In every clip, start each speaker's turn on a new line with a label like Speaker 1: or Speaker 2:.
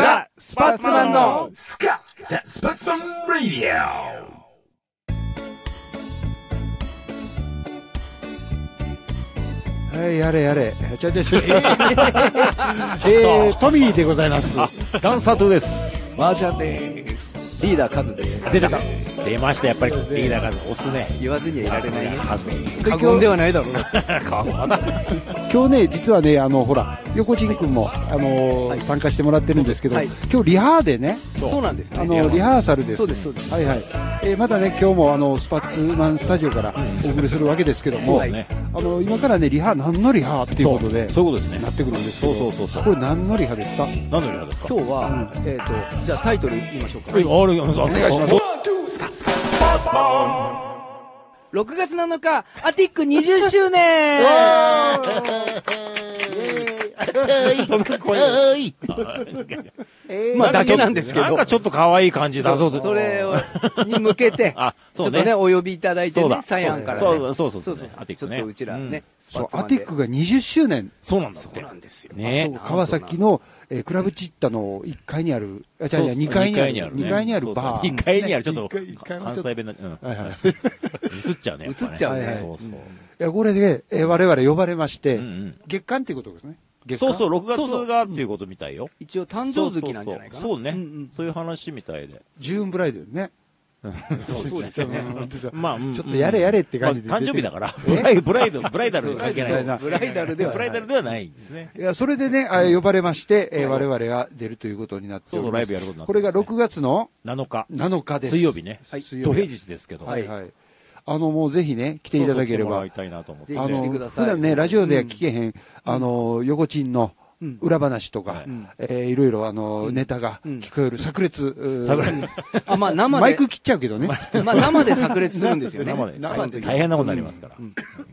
Speaker 1: スパッツマンの
Speaker 2: スカザ・スパッツマン・ラディオ
Speaker 3: はい、やれやれ。ちゃち ゃちゃ。えー、トミーでございます。ダンサートゥです。
Speaker 4: マージャンです。
Speaker 1: リーダーカズで
Speaker 3: 出てた。
Speaker 4: 出ました、やっぱりリーダーが押すね。
Speaker 1: 言わずにはいられないね
Speaker 4: 数
Speaker 1: 過言ではないだ ろう
Speaker 4: かわな
Speaker 3: 今日ね、実はね、あの、ほら、横陣君も、あのー
Speaker 1: はい
Speaker 3: 参加してもらってるんですけど、
Speaker 1: はい
Speaker 3: 今日リハーでね、
Speaker 1: そうなんですね
Speaker 3: あの、リハーサルです。
Speaker 1: そうですそうです
Speaker 3: はいはい。えーまだね、今日もあの、スパッツマンスタジオからお送りするわけですけども、
Speaker 1: はい
Speaker 4: ね。
Speaker 3: あの、今からね、リハ、何のリハっていうことで、
Speaker 4: そういうことですね。
Speaker 3: なってくるんですけど、
Speaker 4: そうそうそうそう
Speaker 3: これ何のリハですか
Speaker 4: 何のリハですか
Speaker 1: 今日はえっとじゃあタイトル言いましょうか
Speaker 4: はいあれ、お願いします。
Speaker 1: 6月7日アティック20周年
Speaker 4: そんな声
Speaker 1: まあだけなんですけ
Speaker 4: なん
Speaker 1: ど
Speaker 4: かちょっと可愛い感じだそう
Speaker 1: それをに向けて
Speaker 4: あ
Speaker 1: ち
Speaker 4: そ
Speaker 1: ょ
Speaker 4: う
Speaker 1: っ
Speaker 4: ね
Speaker 1: とねお呼びいただいて
Speaker 4: そう
Speaker 1: ね
Speaker 4: だ
Speaker 1: サイアンからね
Speaker 4: そうそうそうそうアティッ
Speaker 1: ちょ
Speaker 4: ク
Speaker 1: っ
Speaker 4: ね
Speaker 1: とうちらねスパ
Speaker 3: そう
Speaker 1: ッ、ツマ
Speaker 3: ア
Speaker 1: ン
Speaker 3: テ
Speaker 1: で
Speaker 3: ィックが20周年。
Speaker 4: そうなんだって
Speaker 1: そうなんですよ
Speaker 4: ね
Speaker 1: あそう
Speaker 3: 川崎の、えークラブチッタの1階にある、あ、違う違う、2階にある、2階にあるバー。
Speaker 4: 2階にある、ちょっと
Speaker 3: 一階一階は
Speaker 4: 関
Speaker 3: ちょっと
Speaker 4: 西弁な、うん。
Speaker 3: はいはい。
Speaker 4: 映っちゃうね。やぱ
Speaker 1: 映っちゃう
Speaker 3: ね
Speaker 4: そうそう。
Speaker 3: いや、これで、えー我々呼ばれまして、
Speaker 4: うんうん
Speaker 3: 月間っていうことですね。月
Speaker 4: そ
Speaker 3: 間
Speaker 4: うそう、
Speaker 1: そうそ
Speaker 4: 6
Speaker 1: う
Speaker 4: 月がっていうことみたいよ。
Speaker 1: 一応誕生月なんじゃないかな
Speaker 4: そうそうそうそうんね
Speaker 1: ん。
Speaker 4: そういう話みたい で。
Speaker 3: ジューンブライドよね。
Speaker 4: そう
Speaker 1: ですね
Speaker 4: まあ、うん
Speaker 3: ちょっとやれやれって感じで
Speaker 4: まあ誕生日だから。
Speaker 3: え
Speaker 4: ブライブライド、ブライダルに関係
Speaker 3: そ
Speaker 4: な
Speaker 3: う
Speaker 4: い。
Speaker 3: だ
Speaker 1: ブライダルで は
Speaker 4: ブライダルではないんですね。
Speaker 3: いや、それでね、あ呼ばれまして、えー我々が出るということになってお
Speaker 4: そうそ
Speaker 3: ります。
Speaker 4: うライブやることになって
Speaker 3: こ
Speaker 4: ま
Speaker 3: れ
Speaker 4: すね
Speaker 3: が6月の
Speaker 4: 7日。
Speaker 3: 7日です。
Speaker 4: 水曜日ね。
Speaker 3: はい水曜
Speaker 4: 土
Speaker 3: 日
Speaker 4: 平日ですけど。
Speaker 3: はいはい。あの、もうぜひね、来ていただければ
Speaker 4: そうそう来てもらい。たいなと思って。
Speaker 1: ぜひ
Speaker 3: あ
Speaker 1: 来
Speaker 3: の
Speaker 1: てください
Speaker 3: 普段ね、ラジオでは聞けへん、あの横ちんの
Speaker 1: うん
Speaker 3: 裏話と
Speaker 4: は
Speaker 3: か
Speaker 4: い、
Speaker 3: えーいろいろあのネタが聞こえる、炸裂、うー
Speaker 4: 炸裂
Speaker 1: あまあ生で
Speaker 3: マイク切っちゃうけど ね、
Speaker 1: まあ生で炸裂するんですよね。
Speaker 4: 生で
Speaker 1: その時
Speaker 4: 大変なことになりますから。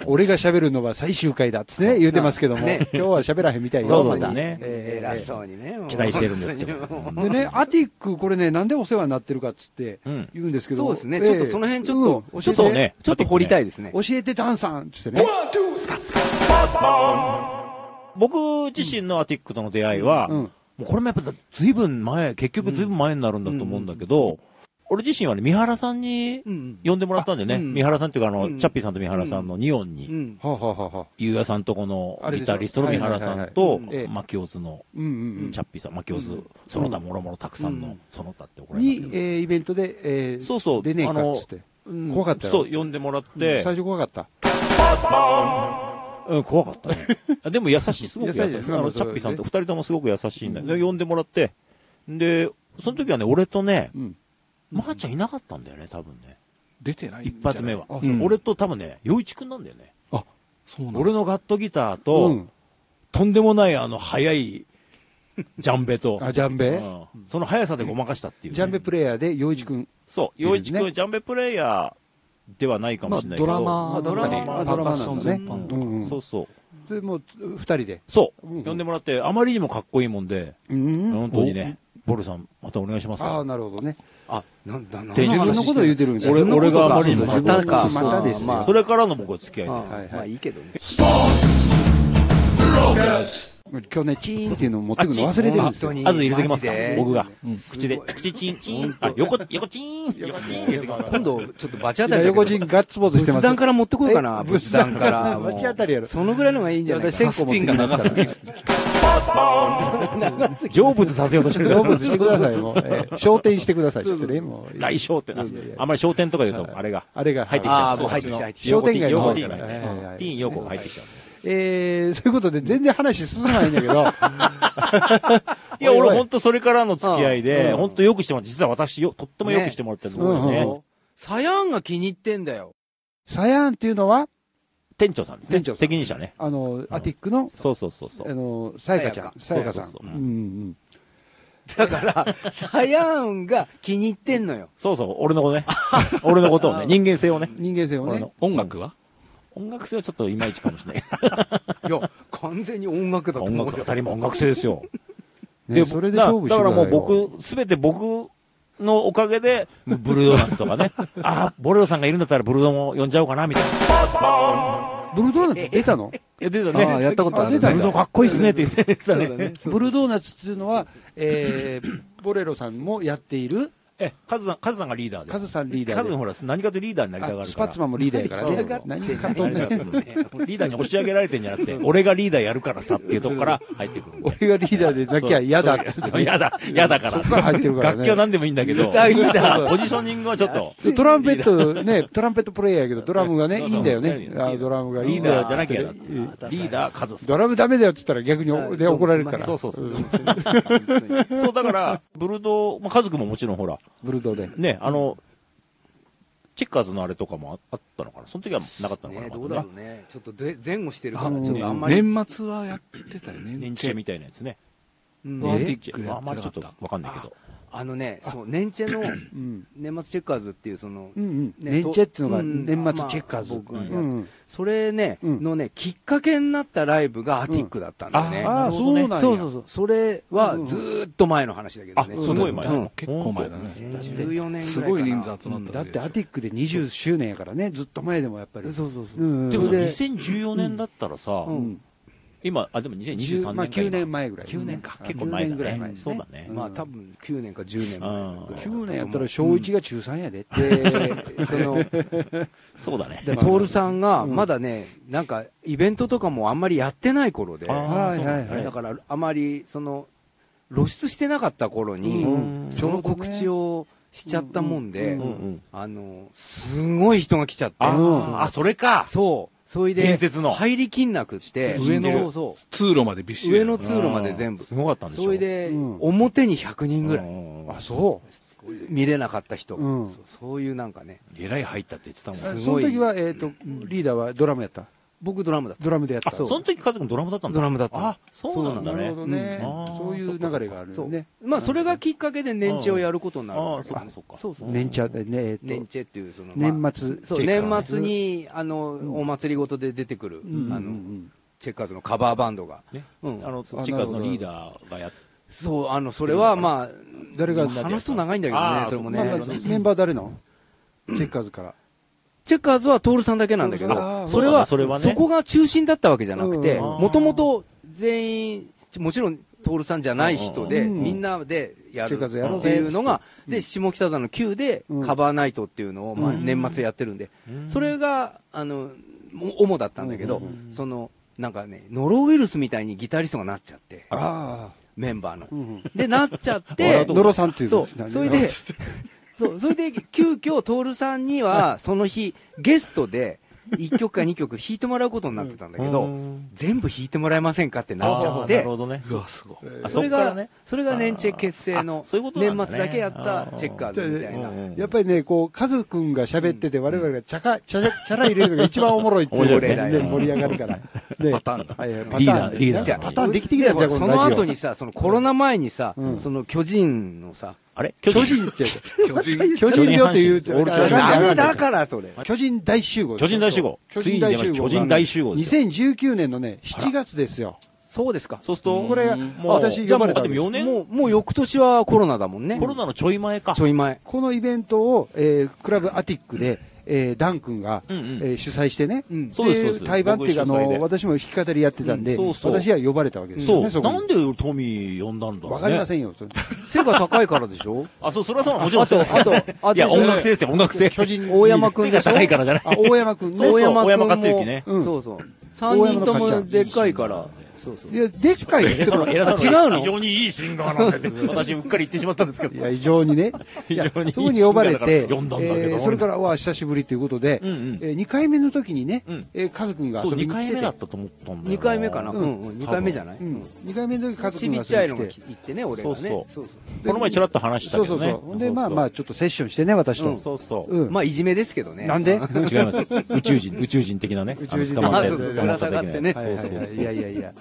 Speaker 3: 俺が喋るのは最終回だっつってね、言うてますけども、
Speaker 1: ね
Speaker 3: 今日は喋らへんみたいよ
Speaker 4: そう
Speaker 1: そ
Speaker 4: そうう
Speaker 1: だ
Speaker 4: だ
Speaker 1: ね
Speaker 4: ね。
Speaker 1: えー
Speaker 3: えー
Speaker 1: 偉そうにね。もう
Speaker 4: 期待してるんですけど。うん
Speaker 3: でね、アティック、これね、なんでお世話になってるかっつって
Speaker 4: うん
Speaker 3: 言うんですけど、
Speaker 1: そうですね。
Speaker 3: えー
Speaker 1: ちょっとその辺ちょっ
Speaker 3: う
Speaker 1: と、
Speaker 3: ん
Speaker 1: ちょっ
Speaker 4: そ
Speaker 1: と
Speaker 4: うね
Speaker 1: ちょっと掘りたいですね。
Speaker 3: 教えてダンさんっつってね、
Speaker 4: 僕自身のアティックとの出会いは、
Speaker 3: うんうん
Speaker 4: もうこれもやっぱずいぶん前、結局ずいぶん前になるんだと思うんだけど、俺自身はね、三原さんに
Speaker 1: うん
Speaker 4: 呼んでもらったんでね、
Speaker 1: あうん
Speaker 4: 三原さんっていうかあの、
Speaker 1: うん
Speaker 4: チャッピーさんと三原さんのニオン
Speaker 1: う
Speaker 4: に、
Speaker 1: ん。
Speaker 3: はあ、はあはあはあ、
Speaker 4: ゆうやさんとこの
Speaker 3: あれで
Speaker 4: ギ
Speaker 3: しょ
Speaker 4: タリストの三原さん
Speaker 3: は
Speaker 4: と
Speaker 3: いはいはいはいええ、
Speaker 4: マキオズの、
Speaker 3: うんうん
Speaker 4: チャッピーさん、マキオズ、その他もろもろたくさん
Speaker 1: う
Speaker 4: の
Speaker 1: ん、
Speaker 4: その他って怒
Speaker 3: うん、
Speaker 4: られま
Speaker 3: に
Speaker 4: すけ、ど
Speaker 3: え。ーイベントで、えー
Speaker 4: そうそう
Speaker 3: 出ねえかっつって、
Speaker 4: うん
Speaker 3: 怖かったよ
Speaker 4: そう、呼んでもらって
Speaker 3: 最、初怖かった。
Speaker 4: うん、怖かった ね。あでも優しい、すごく優しい。
Speaker 3: 優しい
Speaker 4: あ
Speaker 3: まあまあ
Speaker 4: の、チャッピーさんと
Speaker 3: そう
Speaker 4: 二人ともすごく優しいんだけど、呼んでもらって、で、その時はね、俺とね、
Speaker 3: うん
Speaker 4: まーちゃんいなかったんだよね、多分ね。
Speaker 5: 出てない
Speaker 4: 一発目は
Speaker 3: あ。
Speaker 4: うん俺と多分ね、洋一くんなんだよね。
Speaker 5: そうなんだ
Speaker 4: 俺のガットギター
Speaker 3: う
Speaker 4: と
Speaker 3: ん、
Speaker 4: とんでもないあの、速い、ジャンベと、
Speaker 3: あジャンベ、
Speaker 4: うんその速さでごまかしたっていうね。
Speaker 3: ジャンベプレイヤーで、洋一君、
Speaker 4: そう、
Speaker 3: いるね
Speaker 4: 洋一くんはジャンベプレイヤーではないか
Speaker 5: ま
Speaker 4: も
Speaker 5: あ、
Speaker 4: しれない
Speaker 5: ド
Speaker 4: けど。
Speaker 5: ラマーだったり、
Speaker 4: ド
Speaker 5: パ
Speaker 4: ラマ
Speaker 3: あ
Speaker 4: ー
Speaker 3: ド
Speaker 5: ー
Speaker 3: ラ
Speaker 5: カッ
Speaker 3: マー
Speaker 5: シ
Speaker 3: な
Speaker 5: ョン
Speaker 3: んだね
Speaker 5: 全般と
Speaker 3: う
Speaker 5: か。
Speaker 3: んうん
Speaker 4: そうそう。
Speaker 3: でもう2人で、
Speaker 4: そう、
Speaker 3: うん
Speaker 4: 呼んでもらって、あまりにもかっこいいもんで、
Speaker 3: うん
Speaker 4: 本当にね、ボルさん、またお願いします。
Speaker 3: ああ、なるほどね、
Speaker 1: あ、なんだな。
Speaker 4: で
Speaker 3: 自分のことを言うてるんです
Speaker 4: 俺俺があまりにも
Speaker 3: ま
Speaker 1: また
Speaker 3: た
Speaker 1: か
Speaker 3: か、またですよ、
Speaker 1: まあ
Speaker 4: それからの僕は付き合い
Speaker 1: あまあいいけどね。
Speaker 3: 今日ね、チーンっていうのを持ってくる
Speaker 4: あ
Speaker 3: の忘れてるん
Speaker 4: 本
Speaker 3: ですよ
Speaker 4: 当
Speaker 1: 本当、に
Speaker 4: で。あず入れてきますか
Speaker 1: マジで
Speaker 4: 僕が
Speaker 5: うん。
Speaker 4: 口で。口チンチン。あ、横、横チン。横チン入れてきます。
Speaker 1: 今度、ちょっとバチ当た
Speaker 3: 今
Speaker 1: りだ
Speaker 3: 横
Speaker 1: け
Speaker 3: 陣
Speaker 1: ど。
Speaker 3: ガッツポーズしてます。
Speaker 1: 仏壇から持ってこようかな、
Speaker 3: え
Speaker 1: 仏壇から。
Speaker 3: 仏壇からバチ当たりやろ
Speaker 1: そのぐらいのがいいんじゃない
Speaker 3: 私、
Speaker 1: か
Speaker 3: 線
Speaker 1: な。
Speaker 3: 香持ってきましたから、ね、
Speaker 4: 成仏させようとして る。
Speaker 3: 成仏してください、もう。ええ焦点してください、ちょっとね、もう。
Speaker 4: 大商店なんですあんまり商店とか言うと、あれが。
Speaker 3: あれが
Speaker 4: 入ってきちゃう。
Speaker 1: ああ、もう入ってきた、入ってきた。
Speaker 3: 商店街の方
Speaker 4: ティーン
Speaker 3: からねはいはい
Speaker 4: ティーン横入ってきちゃう。
Speaker 3: えー、そういうことで、全然話進まないんだけど、
Speaker 4: いや、
Speaker 3: おいおい
Speaker 4: 俺本当それからの付き合いで、
Speaker 3: うん
Speaker 4: 本当よくしてもらって、実は私よ、とってもよくしてもらってるんですよ
Speaker 3: ね
Speaker 4: ね。
Speaker 3: うんうん
Speaker 1: サヤンが気に入ってんだよ。
Speaker 3: サヤーンっていうのは、
Speaker 4: 店長さんですね。
Speaker 3: 店長さん
Speaker 4: 責任者ね。
Speaker 3: あの、アティックの、
Speaker 4: そうそうそうそ
Speaker 3: あ
Speaker 4: う。
Speaker 3: の、さやかちゃん、さ
Speaker 4: さ
Speaker 3: や
Speaker 4: や
Speaker 3: か
Speaker 4: か
Speaker 3: さん
Speaker 4: そう。
Speaker 3: う
Speaker 4: そうんそううん
Speaker 1: だから、サヤンが気に入ってんのよ。
Speaker 4: そうそう、俺のことね。 俺のことを ね、人間性をね。
Speaker 3: 人間性を
Speaker 4: 俺
Speaker 3: ね
Speaker 4: の。
Speaker 5: 音楽は
Speaker 4: 音楽性はちょっといまいちかもし れない。
Speaker 1: いや、完全に音楽だと
Speaker 4: 音
Speaker 1: 思う
Speaker 4: 楽、
Speaker 1: よ
Speaker 4: 二。人も音楽性ですよ。
Speaker 3: ねそれで勝負して
Speaker 4: だ
Speaker 3: く
Speaker 4: か
Speaker 3: だ
Speaker 4: らも
Speaker 3: さいよ
Speaker 4: う僕、すべて僕のおかげで、ブルードナスとか ね。あ、ボレロさんがいるんだったらブルードも呼んじゃおうかな、みたいな。
Speaker 3: ブルドーナツ出たの
Speaker 4: え、出た
Speaker 3: ね
Speaker 4: ね。
Speaker 3: たことある
Speaker 4: ブルードかっこいいっすねって言ってた
Speaker 1: そう
Speaker 4: ね
Speaker 1: だ。ね。
Speaker 3: ブルドーナツっていうのは、えーボレロさんもやっている、
Speaker 4: え、カズさん、カズさんがリーダーで。
Speaker 3: カズさんリーダーで
Speaker 4: カズほら、何かとリーダーになりたがるか
Speaker 3: あ
Speaker 4: ら。
Speaker 3: スパッツマンもリーダーやから
Speaker 4: そう
Speaker 3: ね。何かと
Speaker 4: リ
Speaker 3: ね、
Speaker 4: ーダーに押し上げられてんじゃなくて、俺がリーダーやるからさっていうとこから入ってくるんで。
Speaker 3: 俺がリーダーでなきゃ嫌だっつ
Speaker 4: そ
Speaker 3: っ
Speaker 4: う
Speaker 3: て。
Speaker 4: 嫌だ、嫌だから。
Speaker 3: そっから入ってるからね
Speaker 4: 楽器は何でもいいんだけど、
Speaker 1: リーダ
Speaker 4: ポジショニングはちょっと。
Speaker 3: トランペットね、トランペットプレイヤーやけど、ドラムがね、
Speaker 4: そ
Speaker 3: いういんだよね
Speaker 4: リー。ダー
Speaker 3: あドラムがい
Speaker 4: リ
Speaker 3: い
Speaker 4: ー
Speaker 3: んだ
Speaker 4: ダ
Speaker 3: よ
Speaker 4: ー
Speaker 3: っ
Speaker 4: じ
Speaker 3: つ
Speaker 4: ゃ
Speaker 3: っ
Speaker 4: なきゃ
Speaker 3: て
Speaker 4: 嫌だって。リーダー、カズさん。
Speaker 3: ドラムダメだよっつったら逆におね怒られるから。
Speaker 1: そうそうそう。
Speaker 4: そう、だから、ブルドー、まあ、カズくんももちろんほら、
Speaker 3: ブルドーで。
Speaker 4: ね、あの、チェッカーズのあれとかもああったのかなその時はなかったのかな
Speaker 1: ね
Speaker 4: まだ
Speaker 1: どうだろうね。ちょっとで前後してるか
Speaker 5: あ
Speaker 1: ら、ちょっとあ
Speaker 5: の
Speaker 1: んまり。
Speaker 5: 年末はやってたよね。
Speaker 4: 年チェみたいなやつね。
Speaker 1: うん
Speaker 5: ワーテ
Speaker 4: 年
Speaker 5: ィ
Speaker 4: チ
Speaker 5: ック
Speaker 4: ェ
Speaker 5: や
Speaker 4: あんま
Speaker 5: って
Speaker 4: り
Speaker 5: な
Speaker 4: ちょ
Speaker 5: か
Speaker 4: っ
Speaker 5: っ
Speaker 4: と
Speaker 5: た。
Speaker 4: わかんないけど。
Speaker 1: あのね、そう、年チェの、
Speaker 3: うん。
Speaker 1: 年末チェッカーズっていう、その、
Speaker 3: うんうん。
Speaker 1: ね
Speaker 3: 年チェっていうのが
Speaker 1: うん
Speaker 3: 年末チェッカーズ。
Speaker 1: まあ僕がやる
Speaker 3: うん
Speaker 1: それね、
Speaker 3: うん
Speaker 1: のね、きっかけになったライブがアティックだったんだよね。
Speaker 3: ああ、そうなんや。
Speaker 1: そうそうそう。それはずーっと前の話だけどね。
Speaker 4: あすごい前
Speaker 1: うん
Speaker 4: 結
Speaker 5: 結
Speaker 4: 構
Speaker 5: 構前
Speaker 4: 前
Speaker 5: だ
Speaker 4: だね
Speaker 5: ね。
Speaker 1: 2014年ぐらいかな。
Speaker 5: すごい人数集ま
Speaker 3: う
Speaker 5: っ
Speaker 3: ん
Speaker 5: た
Speaker 3: だってア
Speaker 5: ィ
Speaker 3: ティックで20周年やからね、ずっと前でもやっぱり。
Speaker 1: そうそうそう。
Speaker 3: うんうん
Speaker 4: でも
Speaker 1: そ
Speaker 4: さ、
Speaker 1: れで
Speaker 4: 2014年だったらさ、
Speaker 1: うん
Speaker 4: 今、あ、でも2023年
Speaker 3: まあ
Speaker 4: か今
Speaker 3: 9年前ぐらい。
Speaker 4: 9年か
Speaker 3: うん
Speaker 4: 結構前だね
Speaker 3: 9年ぐらい前です
Speaker 4: そうだね
Speaker 1: まあ多分9年か10年前ぐらいだと思う。
Speaker 3: 9年やったら小1が中3やで。
Speaker 1: で、その、
Speaker 4: そうだね。
Speaker 1: で徹さんが、まだね、なんか、イベントとかもあんまりやってない頃で、
Speaker 4: あ
Speaker 3: はいはい
Speaker 4: ー
Speaker 3: はい
Speaker 1: だ。から、あまり、その、露出してなかった頃に、
Speaker 4: うん
Speaker 1: その告知をしちゃったもんで、
Speaker 3: うん
Speaker 4: うんうん
Speaker 1: あの、すごい人が来ちゃって、
Speaker 4: あ
Speaker 3: うん
Speaker 4: ーあ、それか。
Speaker 1: そう、それで、
Speaker 4: 伝説の
Speaker 1: 入りきんなくって、
Speaker 5: 上の
Speaker 1: そうそ
Speaker 5: 通路までびっし
Speaker 1: う
Speaker 5: り。
Speaker 1: 上の通路まで全
Speaker 4: うん
Speaker 1: 部。
Speaker 4: すごかったんでしょ
Speaker 1: それで、
Speaker 3: うん
Speaker 1: 表に100人ぐらい、
Speaker 4: い
Speaker 3: あ、そ
Speaker 1: 見れなかった人、
Speaker 3: うん
Speaker 1: そうそういうなんかね、
Speaker 4: えらい入ったって言ってたもん。
Speaker 1: す
Speaker 3: う。
Speaker 1: ごい
Speaker 3: その時は、えっと、リーダーはドラムやった。
Speaker 1: 僕ドラムだった。
Speaker 3: ドラムでやった。
Speaker 4: あ、その時カズ君ドラムだったんだ。
Speaker 1: ドラムだった
Speaker 4: あ、そうなんだ
Speaker 3: な
Speaker 4: ね
Speaker 3: るほ。どね
Speaker 4: うんあー。
Speaker 3: そういう流れがある
Speaker 1: そ
Speaker 3: よ
Speaker 1: う
Speaker 3: ね。
Speaker 1: まあ、それがきっかけで年中をやることになる
Speaker 4: あ
Speaker 1: わ
Speaker 4: あ、
Speaker 1: け
Speaker 4: そっかそっか。
Speaker 1: そうそう
Speaker 3: 年茶でね、えっと
Speaker 1: 年中っていうその、まあ
Speaker 3: 年末チェッカー
Speaker 1: そう年末にあの、お祭りごとで出てく
Speaker 3: う
Speaker 1: る、
Speaker 3: ん
Speaker 1: あ
Speaker 3: う
Speaker 1: の
Speaker 3: ん
Speaker 1: チェッカーズのカバーバンドが、
Speaker 4: ね
Speaker 1: うん
Speaker 4: あの、
Speaker 1: そう
Speaker 4: チッカーズのリーダーがやっ
Speaker 1: そうあのそれはまあ
Speaker 3: 誰が
Speaker 1: 話すと長いんだけど
Speaker 4: あ
Speaker 1: ね
Speaker 4: あ
Speaker 1: それも
Speaker 3: うんなんか
Speaker 1: ね
Speaker 3: メンバー誰なのチェッカーズから。
Speaker 1: チェッカーズは徹さんだけなんだけ
Speaker 3: あ
Speaker 1: ど
Speaker 3: あ
Speaker 1: それは
Speaker 4: そ
Speaker 1: そう
Speaker 4: だねそれはね
Speaker 1: こが中心だったわけじゃなくて
Speaker 3: うん
Speaker 1: もともと全員もちろん徹さんじゃない人で、
Speaker 3: うん
Speaker 1: みんなでや
Speaker 3: チェッ
Speaker 1: る
Speaker 3: カー
Speaker 1: っ
Speaker 3: ズやろう
Speaker 1: て
Speaker 3: ぜ
Speaker 1: いうのが、で下北沢の Q で
Speaker 3: うん
Speaker 1: カバーナイトっていうのを、まあ、
Speaker 3: うん
Speaker 1: 年末やってるんで、それがあのも主だったんだけど、そのなんかねノロウイルスみたいにギタリストがなっちゃって
Speaker 3: ああ。
Speaker 1: メンバーの、
Speaker 3: うんうん
Speaker 1: でなっちゃっ
Speaker 3: あ
Speaker 1: て
Speaker 3: ノロさんっていう
Speaker 1: そ
Speaker 3: の
Speaker 1: うそ れでそうそれで急遽徹さんにはその日ゲストで1曲か2曲弾いてもらうことになってたんだけど、
Speaker 4: うん
Speaker 1: 全部弾いてもらえませんかってなっちゃ
Speaker 4: あ
Speaker 1: っ
Speaker 4: ーな
Speaker 1: て
Speaker 4: るほどね。
Speaker 5: うわ、すごい。
Speaker 4: あ
Speaker 1: それ
Speaker 4: っか
Speaker 1: が
Speaker 4: らね
Speaker 1: それが年チェ結成の
Speaker 4: あそういうことなんだね
Speaker 1: 年末だけやったチェッカーズみたいな。
Speaker 4: うん
Speaker 3: やっぱりね、こう、カズくんが喋ってて、我々がチャカ、チャラ、チャラ入れるのが一番おもろいっていう
Speaker 4: 面白いね
Speaker 3: ね、盛り上がるから。ね
Speaker 5: パターンだ
Speaker 3: はいは
Speaker 4: リ
Speaker 3: い
Speaker 4: ーダー
Speaker 3: パタン
Speaker 4: リーダー
Speaker 3: じゃあ
Speaker 4: パ
Speaker 3: パターンできてきたじゃん、
Speaker 1: そ
Speaker 3: こ
Speaker 1: の
Speaker 3: ラジオ
Speaker 1: 後にさ、そのコロナ前にさ、
Speaker 3: うん
Speaker 1: その巨人のさ、
Speaker 4: あれ
Speaker 3: 巨人って、
Speaker 5: 巨人。
Speaker 3: 巨人病ってい
Speaker 4: 巨
Speaker 3: う、
Speaker 4: 人阪神
Speaker 3: あ
Speaker 4: 巨人
Speaker 3: あ
Speaker 1: ダメ
Speaker 3: あ
Speaker 1: だからそれ。
Speaker 3: 巨人大集合。
Speaker 4: 巨人大集合
Speaker 3: 巨人大
Speaker 4: ついに出
Speaker 3: 集合。
Speaker 4: ました巨人大集合です
Speaker 3: 2019年のね、7月ですよ。
Speaker 1: そうですか。
Speaker 4: そうすると、
Speaker 3: これ、
Speaker 4: もう、
Speaker 3: 私
Speaker 4: じゃ
Speaker 3: 呼
Speaker 4: あも
Speaker 3: ば
Speaker 4: う、あ
Speaker 3: れた
Speaker 4: で
Speaker 3: ん
Speaker 4: も
Speaker 3: です
Speaker 4: 4年
Speaker 1: もう、もう翌年はコロナだもんね。
Speaker 4: コロナのちょい前か。
Speaker 1: ちょい前。
Speaker 3: このイベントを、えークラブアティックで、えーダン君が、
Speaker 4: うんうん
Speaker 3: えー主催してね、
Speaker 1: うん
Speaker 4: そうですそうです
Speaker 3: 対バンっていうか、あ
Speaker 4: 僕主催で
Speaker 3: の、私も弾き語りやってたんで、
Speaker 4: うんそうそう
Speaker 3: 私は呼ばれたわけですよ
Speaker 4: そ
Speaker 3: ね、
Speaker 4: う。
Speaker 3: こ
Speaker 4: なん
Speaker 3: に。
Speaker 4: でトミー呼んだんだろうね。
Speaker 3: わかりませんよ、それ
Speaker 1: 背が高いからでしょ
Speaker 4: あ、そう、それはそう、もちろんそうです
Speaker 1: あとあとあと
Speaker 4: いや、音楽性ですよ、音楽性。
Speaker 3: 巨人
Speaker 1: 大山くん
Speaker 4: 背が
Speaker 1: でしょ
Speaker 4: 高いからじゃない。
Speaker 3: あ、大山くん
Speaker 4: そう
Speaker 3: ね。
Speaker 4: そう
Speaker 1: 大山
Speaker 4: 大山克之ね
Speaker 1: う。
Speaker 3: うんん
Speaker 1: そうそう。三人と
Speaker 3: 大山かっ
Speaker 1: も
Speaker 3: ちゃん
Speaker 1: でっかいから。そうそう
Speaker 3: い。や、でっかいっつっても、い
Speaker 4: 偉そう
Speaker 1: あ
Speaker 4: な
Speaker 1: 違うの
Speaker 4: 非常にいいシンガーなんだって、私、うっかり言ってしまったんですけど。
Speaker 3: や、異常 にね。
Speaker 4: 非常に
Speaker 3: いやそこに呼ばれて、
Speaker 4: 呼んだんだけど
Speaker 3: えーそれからは久しぶりということで、
Speaker 4: うんうん
Speaker 3: え2回目の時にね
Speaker 4: うん、
Speaker 3: えーカズくんが
Speaker 4: そう、
Speaker 3: 遊び
Speaker 4: 2
Speaker 3: に
Speaker 4: 回
Speaker 3: 来て
Speaker 4: 目だ
Speaker 3: て
Speaker 4: っ、たと思ったんだよな。
Speaker 1: 二回目かな。う
Speaker 4: こ
Speaker 1: んうん。二回目じゃない
Speaker 3: うん、2回目の時カズく
Speaker 1: ち
Speaker 3: んが
Speaker 1: び
Speaker 3: 遊
Speaker 1: っちゃい
Speaker 3: び
Speaker 1: の
Speaker 3: に
Speaker 1: が
Speaker 3: 来て
Speaker 1: 行。ってね、俺がね。
Speaker 4: そうそう
Speaker 1: そう
Speaker 4: の前ちらっと話した
Speaker 3: そう
Speaker 4: け
Speaker 3: そ
Speaker 4: ど
Speaker 3: う
Speaker 4: ね。
Speaker 3: そう。で、まあまあ、ちょっとセッションしてね、私
Speaker 4: そう
Speaker 3: と。
Speaker 4: そうそう。
Speaker 3: うん。
Speaker 1: まあ、いじめですけどね。
Speaker 3: なんで
Speaker 4: 違いますよ。宇宙人、 宇宙人的なね。
Speaker 3: 宇宙人
Speaker 4: あの捕まったや
Speaker 1: あそう
Speaker 4: つ、
Speaker 1: そう
Speaker 4: 捕まった的なやつ
Speaker 3: はいはい
Speaker 4: そうそう
Speaker 3: はい
Speaker 4: そう。
Speaker 3: いやいやいや。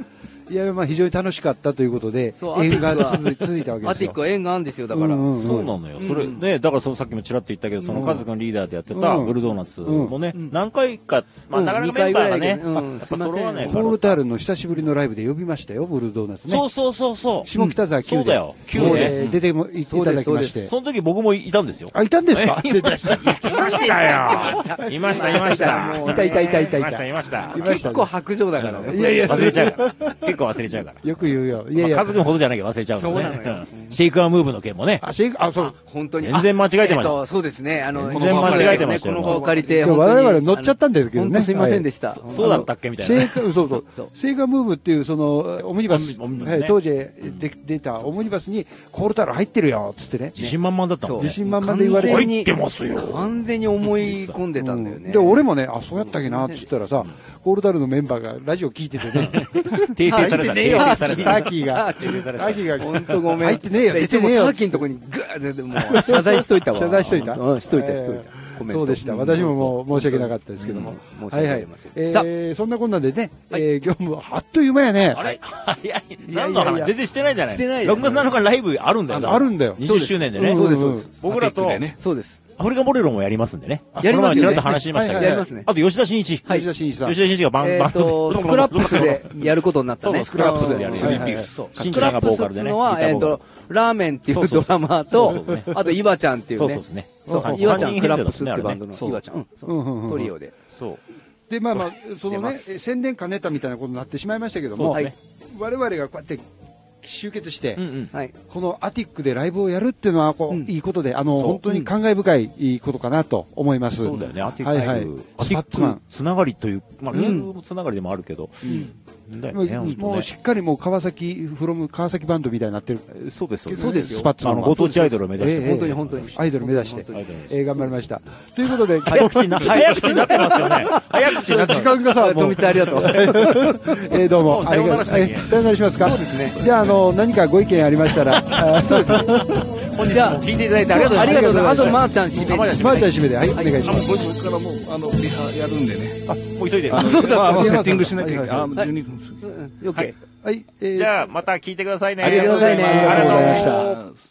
Speaker 3: いや、まあ非常に楽しかったということで
Speaker 1: そ、う
Speaker 3: 縁が
Speaker 1: アティック
Speaker 3: 続い続いたわけ
Speaker 1: ア
Speaker 3: です
Speaker 1: ティ
Speaker 3: よ
Speaker 1: ック。は縁があるんですよ、だから。
Speaker 3: うんうん
Speaker 4: そうなのよ。それ、ね、だからそのさっきもちらっと言ったけど、そのカズ君リーダーでやってた
Speaker 3: うん
Speaker 4: ブルドーナツもね、何回か、まあ
Speaker 1: うん
Speaker 4: なかなかメンバーが
Speaker 1: 二回
Speaker 4: ね、
Speaker 1: ぐらいだけどう
Speaker 4: や
Speaker 1: ん
Speaker 4: っぱ揃わない
Speaker 1: すいません
Speaker 4: か
Speaker 3: ホ
Speaker 4: ら
Speaker 3: ール
Speaker 4: さ。
Speaker 3: タールの久しぶりのライブで呼びましたよ、ブルードーナツね。
Speaker 4: そうそうそうそう。
Speaker 3: 下北沢
Speaker 4: そ
Speaker 3: 9
Speaker 4: うだ
Speaker 3: で
Speaker 4: よ。。
Speaker 3: え
Speaker 4: 9
Speaker 3: ー
Speaker 4: です。
Speaker 3: 出てもい
Speaker 1: そう
Speaker 3: た
Speaker 1: です
Speaker 3: だきまして。
Speaker 4: その時僕もいたんですよ。
Speaker 3: あ、いたんですかい
Speaker 4: いましたよ。いました、いました。
Speaker 3: たいたいたいたい
Speaker 4: いま
Speaker 3: た。
Speaker 4: した、いました。
Speaker 3: いました
Speaker 1: 結構白状だからね。
Speaker 3: いやいや、
Speaker 4: 忘れちゃう。結結構忘れちゃうから。
Speaker 3: よく言うよ。い
Speaker 4: ま
Speaker 3: や
Speaker 4: あ
Speaker 3: いや。
Speaker 4: カズ君ほどじゃなきゃ忘れちゃうんだ
Speaker 1: そうなのよ
Speaker 4: ね。うんシェイクアンムーブの件もね。
Speaker 3: あ、シェイク、あ、そう。
Speaker 1: 本当に。
Speaker 4: 全然間違えてました
Speaker 1: あえっとそうですね。あの、
Speaker 4: 全然間違えてました
Speaker 1: こ
Speaker 4: よ
Speaker 1: の場を借り
Speaker 3: い
Speaker 1: て、
Speaker 3: や
Speaker 1: 本当
Speaker 3: 我
Speaker 1: に
Speaker 3: 々乗っちゃったんですけどね
Speaker 1: 本当すいませんでした。
Speaker 4: そそうだったっけみたいな
Speaker 3: シ
Speaker 4: ね。
Speaker 3: ェイク、そうそう
Speaker 1: そう。
Speaker 3: シェイカームーブっていう、その、オムニバス、
Speaker 4: オムニバスね
Speaker 3: はい当時で出たオムニバスに、コールタロ入ってるよ、つってね。
Speaker 4: 自信満々だった
Speaker 1: そ
Speaker 4: も
Speaker 1: うん
Speaker 4: ね
Speaker 3: 自。信満々で言われて
Speaker 1: 完全に
Speaker 4: 入ってますよ
Speaker 1: 完全に思い込んでたんだよ
Speaker 3: う
Speaker 1: ね。
Speaker 3: んで、俺もね、あ、そうやったっけな、つったらさ、コールタロのメンバーがラジオ聞いててね、
Speaker 4: 訂正された。
Speaker 1: 入ってねえ
Speaker 4: 訂
Speaker 1: よ
Speaker 4: 正され
Speaker 3: タ
Speaker 4: た。
Speaker 3: ーキーが、
Speaker 4: 訂正され
Speaker 3: ターキ
Speaker 4: た。
Speaker 3: ーが、
Speaker 1: 本当ごめん。
Speaker 3: 入ってねえよ、
Speaker 1: で
Speaker 3: 出
Speaker 1: いつ
Speaker 3: て
Speaker 1: も
Speaker 3: ね
Speaker 1: タ
Speaker 3: えよ
Speaker 1: ーキ ーのとこにグーって、でもう謝罪しといたわ。
Speaker 3: 謝罪しといた
Speaker 1: うん、しといた、しとい
Speaker 3: えー
Speaker 1: た。コメント
Speaker 3: そうでした。私ももう申し訳なかったですけども。
Speaker 1: うん申
Speaker 3: は
Speaker 1: し
Speaker 3: い
Speaker 1: 訳
Speaker 3: は
Speaker 1: あり
Speaker 3: い
Speaker 1: ません。でした
Speaker 3: えーそんなこんなんでね、えー業務はあっという間やね。
Speaker 4: あれ早い。
Speaker 3: いや
Speaker 4: 何の
Speaker 3: い
Speaker 4: 話
Speaker 3: や
Speaker 4: 全然してないじゃない。
Speaker 1: してないよ
Speaker 4: 6月7日ライブあるんだよ。
Speaker 3: あるんだよ
Speaker 4: 20周年でね。
Speaker 1: そうです、そうです。
Speaker 4: 僕らと
Speaker 5: パティックでね
Speaker 1: そうです。
Speaker 4: アフリカボレロもやりますんでね。
Speaker 1: やりますよ
Speaker 4: この前ちらっ
Speaker 1: ね
Speaker 4: と話しましたけど。
Speaker 3: はいはいはい
Speaker 1: やりますね
Speaker 4: あと吉田真一。
Speaker 3: はい。吉田真一さん。
Speaker 4: 吉田真一がバン
Speaker 1: え
Speaker 4: バ
Speaker 1: っ
Speaker 4: ンド
Speaker 1: と、スクラップスでやることになった
Speaker 4: そう
Speaker 1: ね。
Speaker 4: スクラップスでやる
Speaker 3: スリーピース
Speaker 1: そう
Speaker 4: 新
Speaker 1: ス
Speaker 4: 庄
Speaker 1: ク
Speaker 4: さん
Speaker 1: ラ
Speaker 4: が
Speaker 1: ッ
Speaker 4: ボ
Speaker 1: プ
Speaker 4: ーカ
Speaker 1: スっ
Speaker 4: ルで
Speaker 1: ていう
Speaker 4: ね
Speaker 1: のは、
Speaker 4: ギター
Speaker 1: え
Speaker 4: ボ
Speaker 1: っ
Speaker 4: ー
Speaker 1: と、ラーメンってい
Speaker 4: そう
Speaker 1: う
Speaker 4: そう
Speaker 1: ド
Speaker 4: そう
Speaker 1: ラマー
Speaker 4: そう
Speaker 1: と
Speaker 4: そうね、
Speaker 1: あと、イバちゃんっていう
Speaker 4: そう
Speaker 1: ね
Speaker 4: そうで。すね。
Speaker 3: そうそう
Speaker 1: イワちゃ
Speaker 4: 三
Speaker 1: ん、
Speaker 4: 人
Speaker 1: クラ
Speaker 4: 編成だ
Speaker 1: ップ
Speaker 4: った
Speaker 1: ス
Speaker 4: ね
Speaker 1: って
Speaker 4: あれね
Speaker 1: バンドの、
Speaker 4: そう
Speaker 1: イワちゃん、うんそう
Speaker 3: うんうんうんうん
Speaker 1: トリオで。
Speaker 4: そう。
Speaker 3: で、まあまあ、そ
Speaker 1: 出
Speaker 3: の
Speaker 1: ま
Speaker 3: ね、え宣伝兼ねたみたいなことになってしまいましたけども、
Speaker 4: そうです
Speaker 3: 我々がこうやって集結して、
Speaker 4: うんうん。
Speaker 1: はい。
Speaker 3: このアティックでライブをやるっていうのはこう、
Speaker 1: うん
Speaker 3: いいことで、あ
Speaker 4: そ
Speaker 3: の、
Speaker 4: う
Speaker 3: 本当に感慨深いいいことかなと思います。
Speaker 4: そうだよね、アティック、
Speaker 3: はいはい
Speaker 4: アティ
Speaker 3: スパッツマ
Speaker 4: ッ
Speaker 3: ン
Speaker 4: クつながりという、まあ、
Speaker 1: うん
Speaker 4: ゲームつながりでもあるけど、だよ
Speaker 3: もう
Speaker 4: ね、本当
Speaker 3: もうしっかりもう川崎、フロム川崎バンドみたいになってる、
Speaker 4: ね。そうです、
Speaker 1: そうですよ
Speaker 3: スパッツ
Speaker 4: あ
Speaker 3: マ
Speaker 4: の、
Speaker 3: ン
Speaker 4: ご
Speaker 3: は。
Speaker 4: 当地アイドルを目指して、
Speaker 3: ええ
Speaker 1: 本当に本当に。
Speaker 3: アイドル目指して
Speaker 1: 本当に
Speaker 4: 本当
Speaker 3: えー頑張りました。ということで、
Speaker 4: 早口になって、早口になってますよね。早口になってます。
Speaker 3: 時間がさ、もう
Speaker 1: 富、田ありがとう。
Speaker 3: えーどう
Speaker 4: も
Speaker 3: も
Speaker 4: う。さようならしなきゃいけない
Speaker 3: えーさようならしますか
Speaker 1: そうですね
Speaker 3: じゃあ、あの、何かご意見ありました ら、あー
Speaker 1: じゃあ、聞いていただいてありがとうございます。ありがとうございます。あと、まーちゃん締め
Speaker 3: まーちゃん締めで、はい、お願いし
Speaker 5: あも
Speaker 3: ま
Speaker 5: う
Speaker 3: す。
Speaker 5: 5時からもう、あの、リハやるんでね。
Speaker 4: もう急いでる
Speaker 5: あ。のまあまあ
Speaker 3: リ
Speaker 5: セ
Speaker 3: ハーサル
Speaker 5: ッティングしなきゃいけない。
Speaker 3: はい
Speaker 5: あ、もう12分過ぎ。
Speaker 1: うん。よっけ
Speaker 3: はい、えー
Speaker 4: じゃあ、また聞いてくださいね。
Speaker 1: ありがとうございね
Speaker 4: ありがとうございました。
Speaker 5: た。